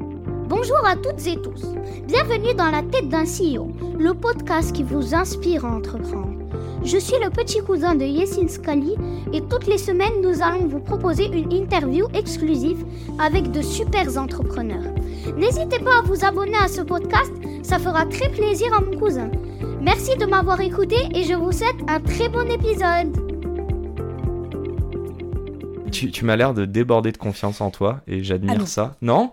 Bonjour à toutes et tous. Bienvenue dans La tête d'un CEO, le podcast qui vous inspire à entreprendre. Je suis le petit cousin de Yessine Scali et toutes les semaines, nous allons vous proposer une interview exclusive avec de super entrepreneurs. N'hésitez pas à vous abonner à ce podcast, ça fera très plaisir à mon cousin. Merci de m'avoir écouté et je vous souhaite un très bon épisode. Tu, tu m'as l'air de déborder de confiance en toi et j'admire Ah non. ça. Non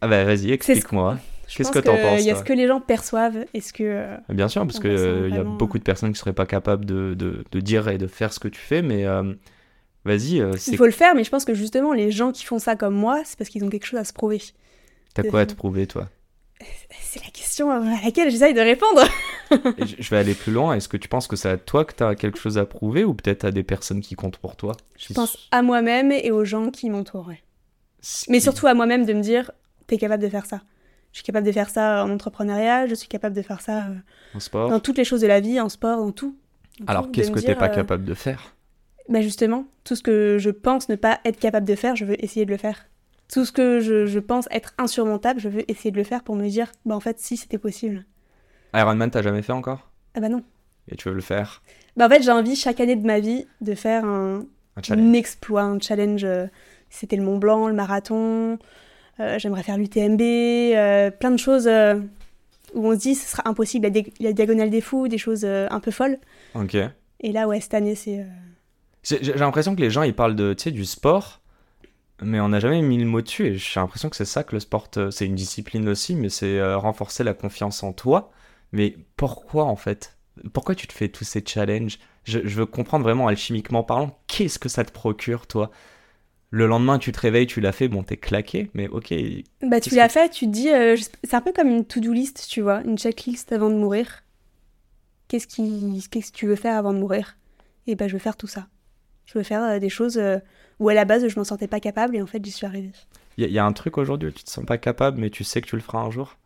Ah bah vas-y, ce- explique-moi. Je Qu'est-ce pense que t'en penses, Il y a toi ce que les gens perçoivent et ce que. euh, Bien sûr, parce On qu'il va s'en y a vraiment, beaucoup de personnes qui seraient pas capables de, de- de dire et de faire ce que tu fais, mais euh, vas-y, euh, c'est il faut le faire, mais je pense que justement, les gens qui font ça comme moi, c'est parce qu'ils ont quelque chose à se prouver. t'as quoi à te prouver, toi C'est la question à laquelle j'essaye de répondre. Et je- Je vais aller plus loin. Est-ce que tu penses que c'est à toi que t'as quelque chose à prouver ou peut-être à des personnes qui comptent pour toi Je pense à moi-même et aux gens qui m'entourent. ouais. Mm. Mais surtout à moi-même de me dire t'es capable de faire ça. Je suis capable de faire ça en entrepreneuriat, je suis capable de faire ça euh, En sport. dans toutes les choses de la vie, en sport, dans tout. Oh. Dans tout, Alors, de qu'est-ce me que t'es dire, pas euh, capable de faire Bah justement, tout ce que je pense ne pas être capable de faire, je veux essayer de le faire. Tout ce que je, je pense être insurmontable, je veux essayer de le faire pour me dire, bah en fait, si c'était possible. Ironman, t'as jamais fait encore Ah bah non. Et tu veux le faire Bah en fait, j'ai envie chaque année de ma vie de faire un, Un challenge. un exploit, un challenge. euh, C'était le Mont Blanc, le marathon, euh, j'aimerais faire l'UTMB, euh, plein de choses euh, où on se dit ce sera impossible, la, dé- la diagonale des fous, des choses euh, un peu folles. Ok. Et là, ouais, cette année, c'est... euh, J'ai j'ai l'impression que les gens ils parlent de, tu sais, du sport, mais on n'a jamais mis le mot dessus. Et j'ai l'impression que c'est ça que le sport, euh, c'est une discipline aussi, mais c'est euh, renforcer la confiance en toi. Mais pourquoi en fait Pourquoi tu te fais tous ces challenges je, je veux comprendre vraiment alchimiquement parlant, qu'est-ce que ça te procure toi Le lendemain tu te réveilles, tu l'as fait, bon t'es claqué, mais ok. Bah, tu Qu'est-ce l'as que- fait, tu te dis. euh, je- c'est un peu comme une to-do list, tu vois, une checklist avant de mourir. Qu'est-ce, qui... Qu'est-ce que tu veux faire avant de mourir Et bah, je veux faire tout ça. Je veux faire euh, des choses euh, où à la base je m'en sentais pas capable et en fait j'y suis arrivée. Il y, a- y a un truc aujourd'hui où tu te sens pas capable, mais tu sais que tu le feras un jour.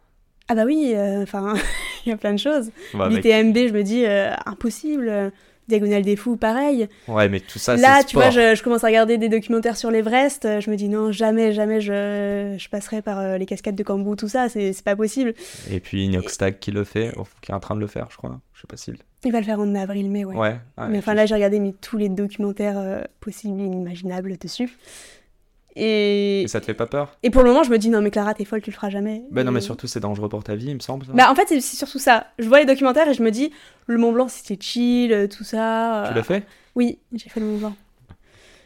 Ah bah oui, euh, enfin, il y a plein de choses. Bah, avec- L'ITMB, je me dis euh, impossible. euh, Diagonale des fous, pareil. Ouais, mais tout ça Là, c'est tu vois, sport. je, je commence à regarder des documentaires sur l'Everest. euh, Je me dis non, jamais, jamais je, je passerai par euh, les cascades de Cambou, tout ça, c'est, c'est pas possible. Et puis Inoxtag qui le fait, oh, qui est en train de le faire, je crois. Je sais pas s'il. Il va le faire en avril-mai, ouais. Ouais, Ah, ouais, mais enfin je- là j'ai regardé mais, tous les documentaires euh, possibles et inimaginables dessus. Et... Et ça te fait pas peur et pour le moment je me dis non mais Clara t'es folle tu le feras jamais. Ben non, Et- mais surtout, c'est dangereux pour ta vie, il me semble. ça. Euh, Bah en fait c'est c'est surtout ça. Je vois les documentaires et je me dis le Mont Blanc c'était chill euh, tout ça. tu euh, l'as fait Oui j'ai fait le Mont Blanc.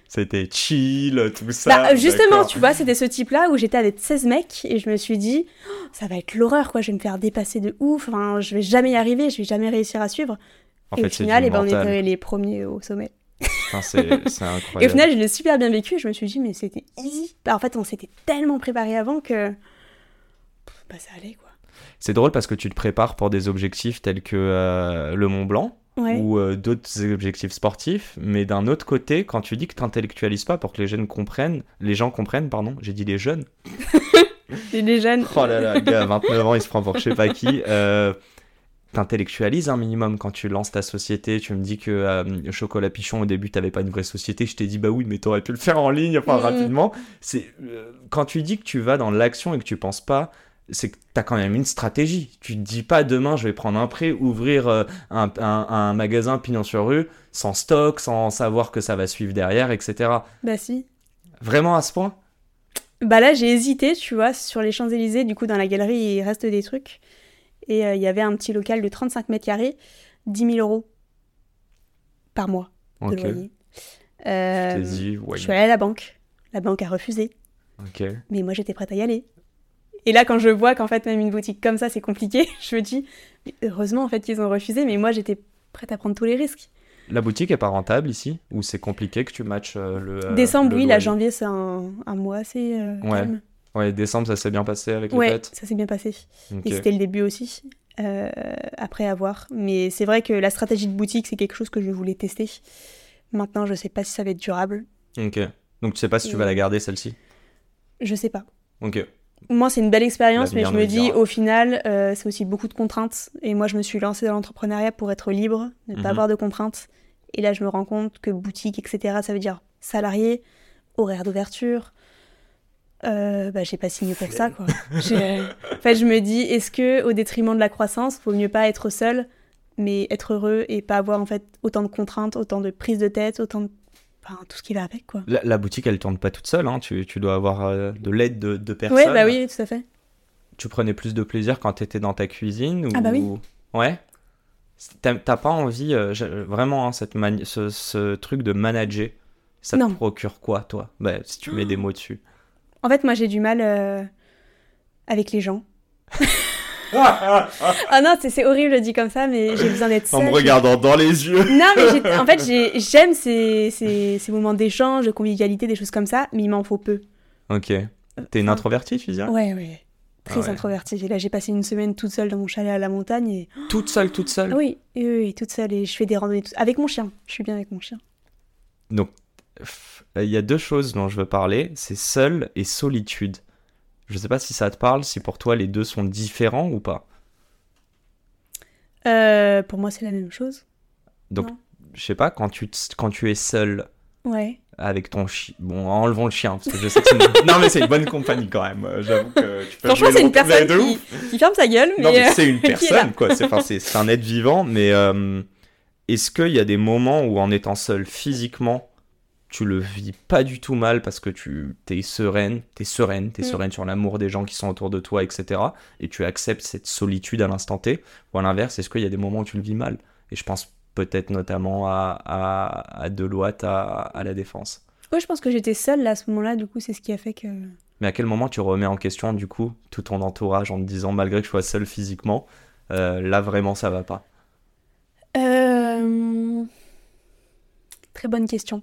C'était chill, tout ça. bah euh, justement d'accord. tu vois c'était ce type là où j'étais avec 16 mecs et je me suis dit Oh, ça va être l'horreur quoi je vais me faire dépasser de ouf enfin je vais jamais y arriver je vais jamais réussir à suivre. En et fait, au c'est final du eh ben, on mental. était les premiers au sommet. Enfin, c'est c'est incroyable. Et au final, je l'ai super bien vécu. Je me suis dit, mais c'était easy. Bah, en fait, on s'était tellement préparé avant que. Pff, Bah, ça allait, quoi. C'est drôle parce que tu te prépares pour des objectifs tels que euh, le Mont Blanc Ouais. ou euh, d'autres objectifs sportifs, mais d'un autre côté, quand tu dis que t'intellectualises pas pour que les jeunes comprennent, les gens comprennent, pardon, j'ai dit les jeunes. Les, les jeunes. Oh là là, le gars, à 29 ans, il se prend pour je sais pas qui. Euh, T'intellectualises un minimum quand tu lances ta société. Tu me dis que euh, Chocolat Pichon, au début, t'avais pas une vraie société. Je t'ai dit, bah oui, mais t'aurais pu le faire en ligne, enfin Mm. rapidement. C'est euh, Quand tu dis que tu vas dans l'action et que tu penses pas, c'est que t'as quand même une stratégie. Tu te dis pas demain, je vais prendre un prêt, ouvrir euh, un, un- un magasin pignon sur rue, sans stock, sans savoir que ça va suivre derrière, etc. Bah, si. Vraiment à ce point Bah, là, j'ai hésité, tu vois, sur les Champs-Élysées. Du coup, dans la galerie, il reste des trucs. Et euh, il y avait un petit local de 35 mètres carrés, 10 000 euros par mois de Ok. loyer. Tu Euh, t'es dit, ouais, je suis allée à la banque. La banque a refusé. ok. Mais moi, j'étais prête à y aller. Et là, quand je vois qu'en fait, même une boutique comme ça, c'est compliqué, je me dis, mais heureusement, en fait, qu'ils ont refusé, mais moi, j'étais prête à prendre tous les risques. La boutique est pas rentable ici Ou c'est compliqué que tu matches euh, le. euh, décembre, le oui, là, loyer janvier, c'est un, un mois assez euh, Ouais, calme. Ouais, décembre, ça s'est bien passé avec Ouais, les fêtes ça s'est bien passé. Ok. Et c'était le début aussi, euh, après avoir. Mais c'est vrai que la stratégie de boutique, c'est quelque chose que je voulais tester. Maintenant, je sais pas si ça va être durable. Ok. Donc tu sais pas si tu vas la garder celle-ci Je sais pas. Ok. Moi, c'est une belle expérience, mais L'avenir je nous me le dis, dira. au final, euh, c'est aussi beaucoup de contraintes. Et moi, je me suis lancée dans l'entrepreneuriat pour être libre, ne Mhm. pas avoir de contraintes. Et là, je me rends compte que boutique, etc., ça veut dire salarié, horaire d'ouverture, euh, bah, j'ai pas signé pour ça, quoi. J'ai- En fait, je me dis, est-ce que au détriment de la croissance, vaut mieux pas être seul, mais être heureux et pas avoir en fait autant de contraintes, autant de prises de tête, autant de... Enfin, tout ce qui va avec, quoi. La, la boutique, elle tourne pas toute seule. hein. Tu, tu dois avoir euh, de l'aide de, de personnes. Ouais, bah oui, tout à fait. Tu prenais plus de plaisir quand t'étais dans ta cuisine ou... Ah bah oui. Ouais. C'est- T'as t'as pas envie, euh, j'ai- vraiment, hein, cette mani- ce, ce truc de manager. Ça te Non. procure quoi, toi Bah, si tu mets des mots dessus. En fait, moi, j'ai du mal euh, avec les gens. Ah non, c'est- c'est horrible dit comme ça, mais j'ai besoin d'être seule. regardant dans les yeux. Non, mais j'ai- en fait, j'ai- j'aime ces, ces, ces moments d'échange, de convivialité, des choses comme ça, mais il m'en faut peu. Ok. T'es une Enfin, introvertie, tu hein? dirais Ouais, ouais. Très Ah ouais. introvertie. Et là, j'ai passé une semaine toute seule dans mon chalet à la montagne. Et... Toute seule, toute seule. Ah oui, oui, oui, toute seule. Et je fais des randonnées tout- avec mon chien. Je suis bien avec mon chien. Donc, pff, euh, il y a deux choses dont je veux parler, c'est seul et solitude. Je sais pas si ça te parle, si pour toi les deux sont différents ou pas. Euh, pour moi, c'est la même chose. Donc, Non. je sais pas, quand tu, te- quand tu es seul Ouais. avec ton chien... Bon, enlevons le chien, parce que je sais que c'est... une- non, mais c'est une bonne compagnie quand même, euh, j'avoue que tu peux Franchement, jouer c'est une longtemps, personne de qui, ouf. qui ferme sa gueule, mais, Non, mais euh, c'est une qui est là. personne, quoi. C'est, enfin, c'est, c'est un être vivant, mais euh, est-ce qu'il y a des moments où, en étant seul physiquement, tu le vis pas du tout mal parce que tu t'es sereine, t'es sereine, t'es Mm. sereine sur l'amour des gens qui sont autour de toi, etc. Et tu acceptes cette solitude à l'instant T. Ou à l'inverse, est-ce qu'il y a des moments où tu le vis mal Et je pense peut-être notamment à, à, à Deloitte, à, à La Défense. Ouais, je pense que j'étais seule là, à ce moment-là. Du coup, c'est ce qui a fait que. Mais à quel moment tu remets en question, du coup, tout ton entourage en te disant, malgré que je sois seul physiquement, euh, là vraiment ça va pas Euh, Très bonne question.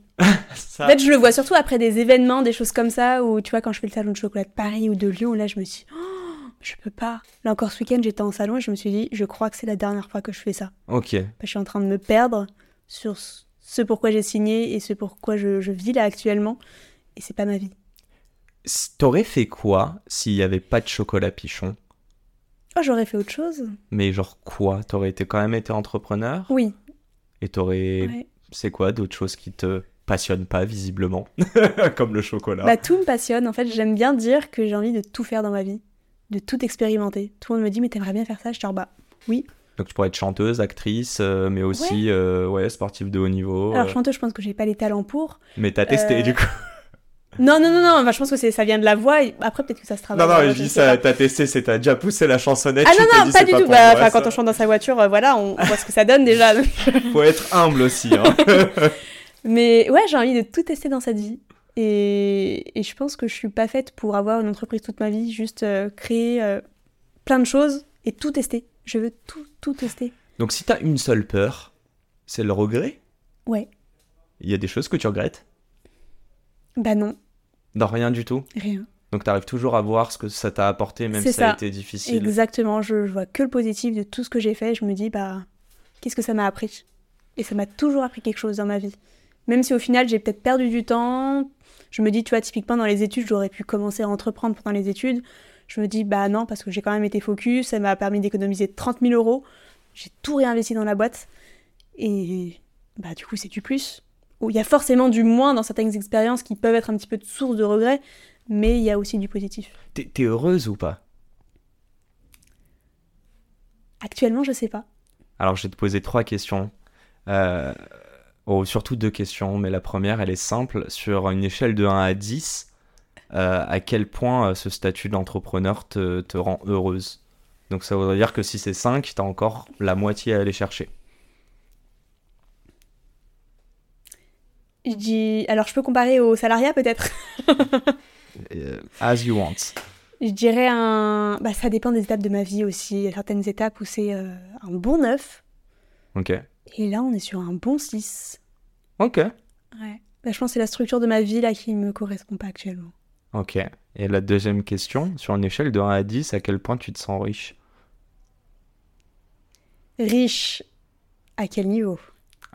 Ça, En fait, je le vois surtout après des événements, des choses comme ça, où tu vois, quand je fais le salon de chocolat de Paris ou de Lyon, là, je me suis dit, Oh, je peux pas. Là, encore ce week-end, j'étais en salon et je me suis dit, je crois que c'est la dernière fois que je fais ça. Ok, Parce que je suis en train de me perdre sur ce- ce pourquoi j'ai signé et ce pourquoi je, je vis là actuellement. Et c'est pas ma vie. S- T'aurais fait quoi s'il n'y avait pas de chocolat pichon Oh, j'aurais fait autre chose. Mais genre quoi T'aurais été quand même été entrepreneur Oui. Et t'aurais... ouais. C'est quoi d'autres choses qui te passionnent pas visiblement Comme le chocolat. Bah, tout me passionne. En fait, j'aime bien dire que j'ai envie de tout faire dans ma vie, de tout expérimenter. Tout le monde me dit, mais t'aimerais bien faire ça. Je suis genre, bah, Donc tu pourrais être chanteuse, actrice, euh, mais aussi euh, ouais, sportive de haut niveau. alors euh, chanteuse, je pense que j'ai pas les talents pour. Mais t'as testé Euh, du coup. Non, non, non, non, enfin, je pense que c'est- ça vient de la voix. et Après, peut-être que ça se travaille. Non, non, euh, mais je je dis sais ça, pas. t'as testé, c'est t'as déjà poussé la chansonnette. Ah tu non, t'es non, dit, pas c'est du tout. pour Bah, moi, ça. enfin, quand on chante dans sa voiture, euh, voilà, on, on voit ce que ça donne déjà. Faut être humble aussi. Hein. Mais ouais, j'ai envie de tout tester dans cette vie. Et, et je pense que je suis pas faite pour avoir une entreprise toute ma vie, juste euh, créer euh, plein de choses et tout tester. Je veux tout, tout tester. Donc si t'as une seule peur, c'est le regret Ouais. Il y a des choses que tu regrettes Bah non, Dans rien du tout rien. Donc tu arrives toujours à voir ce que ça t'a apporté, même C'est si ça a ça. été difficile. Exactement, je, je vois que le positif de tout ce que j'ai fait. Je me dis, bah, qu'est-ce que ça m'a appris Et ça m'a toujours appris quelque chose dans ma vie. Même si au final, j'ai peut-être perdu du temps. Je me dis, tu vois, typiquement dans les études, j'aurais pu commencer à entreprendre pendant les études. Je me dis, bah non, parce que j'ai quand même été focus. Ça m'a permis d'économiser 30 000 euros. J'ai tout réinvesti dans la boîte. Et bah, du coup, c'est du plus. Ou Il y a forcément du moins dans certaines expériences qui peuvent être un petit peu de source de regret, mais il y a aussi du positif. T'es t'es heureuse ou pas Actuellement, je sais pas. Alors je vais te poser trois questions. Euh, oh, surtout deux questions, mais la première, elle est simple. Sur une échelle de 1 à 10, euh, à quel point euh, ce statut d'entrepreneur te, te rend heureuse Donc ça voudrait dire que si c'est 5, t'as encore la moitié à aller chercher. Je dis. Alors, je peux comparer au salariat peut-être Euh, as you want. Je dirais un. Bah, ça dépend des étapes de ma vie aussi. Il y a certaines étapes où c'est euh, un bon 9. Ok. Et là, on est sur un bon 6. Ok. Ouais. Bah, je pense que c'est la structure de ma vie là qui me correspond pas actuellement. Ok. Et la deuxième question, sur une échelle de 1 à 10, à quel point tu te sens riche Riche. À quel niveau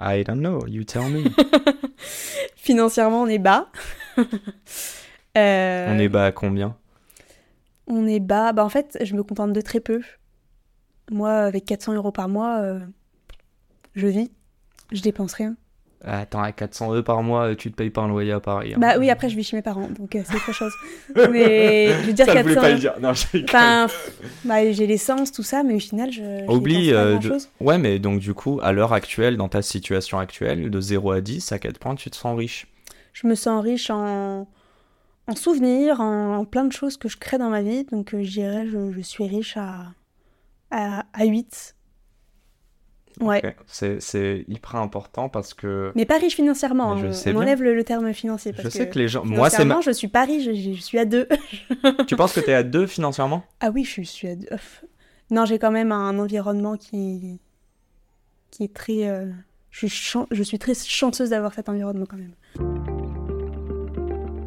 I don't know, you tell me. Financièrement, on est bas. Euh, On est bas à combien On est bas. Bah, en fait, je me contente de très peu. Moi, avec 400 euros par mois, euh, je vis. Je dépense rien. Attends, à 400 E par mois, tu te payes pas un loyer à Paris. hein. Bah oui, après, je vis chez mes parents, donc euh, c'est autre chose. Mais je veux dire ça, je 400. voulais pas le dire. Non, je rigole. Enfin, pff, bah, j'ai l'essence, tout ça, mais au final, je. j'y Oublie, pense pas euh, grand-chose. Ouais, mais donc du coup, à l'heure actuelle, dans ta situation actuelle, de 0 à 10, à quel point tu te sens riche Je me sens riche en, en souvenirs, en, en plein de choses que je crée dans ma vie. Donc, euh, je dirais, je, je suis riche à, à, à 8. Ouais. Ok. C'est- C'est hyper important parce que Mais pas riche financièrement. Mais je hein, sais on bien. enlève le, le terme financier. Parce je sais que, que les gens. Moi, c'est ma... financièrement, je suis pas riche, je, je suis à 2. Tu penses que t'es à 2 financièrement ah oui, je suis à 2. Non, j'ai quand même un environnement qui, qui est très. euh, Je suis, chan- je suis très chanceuse d'avoir cet environnement quand même.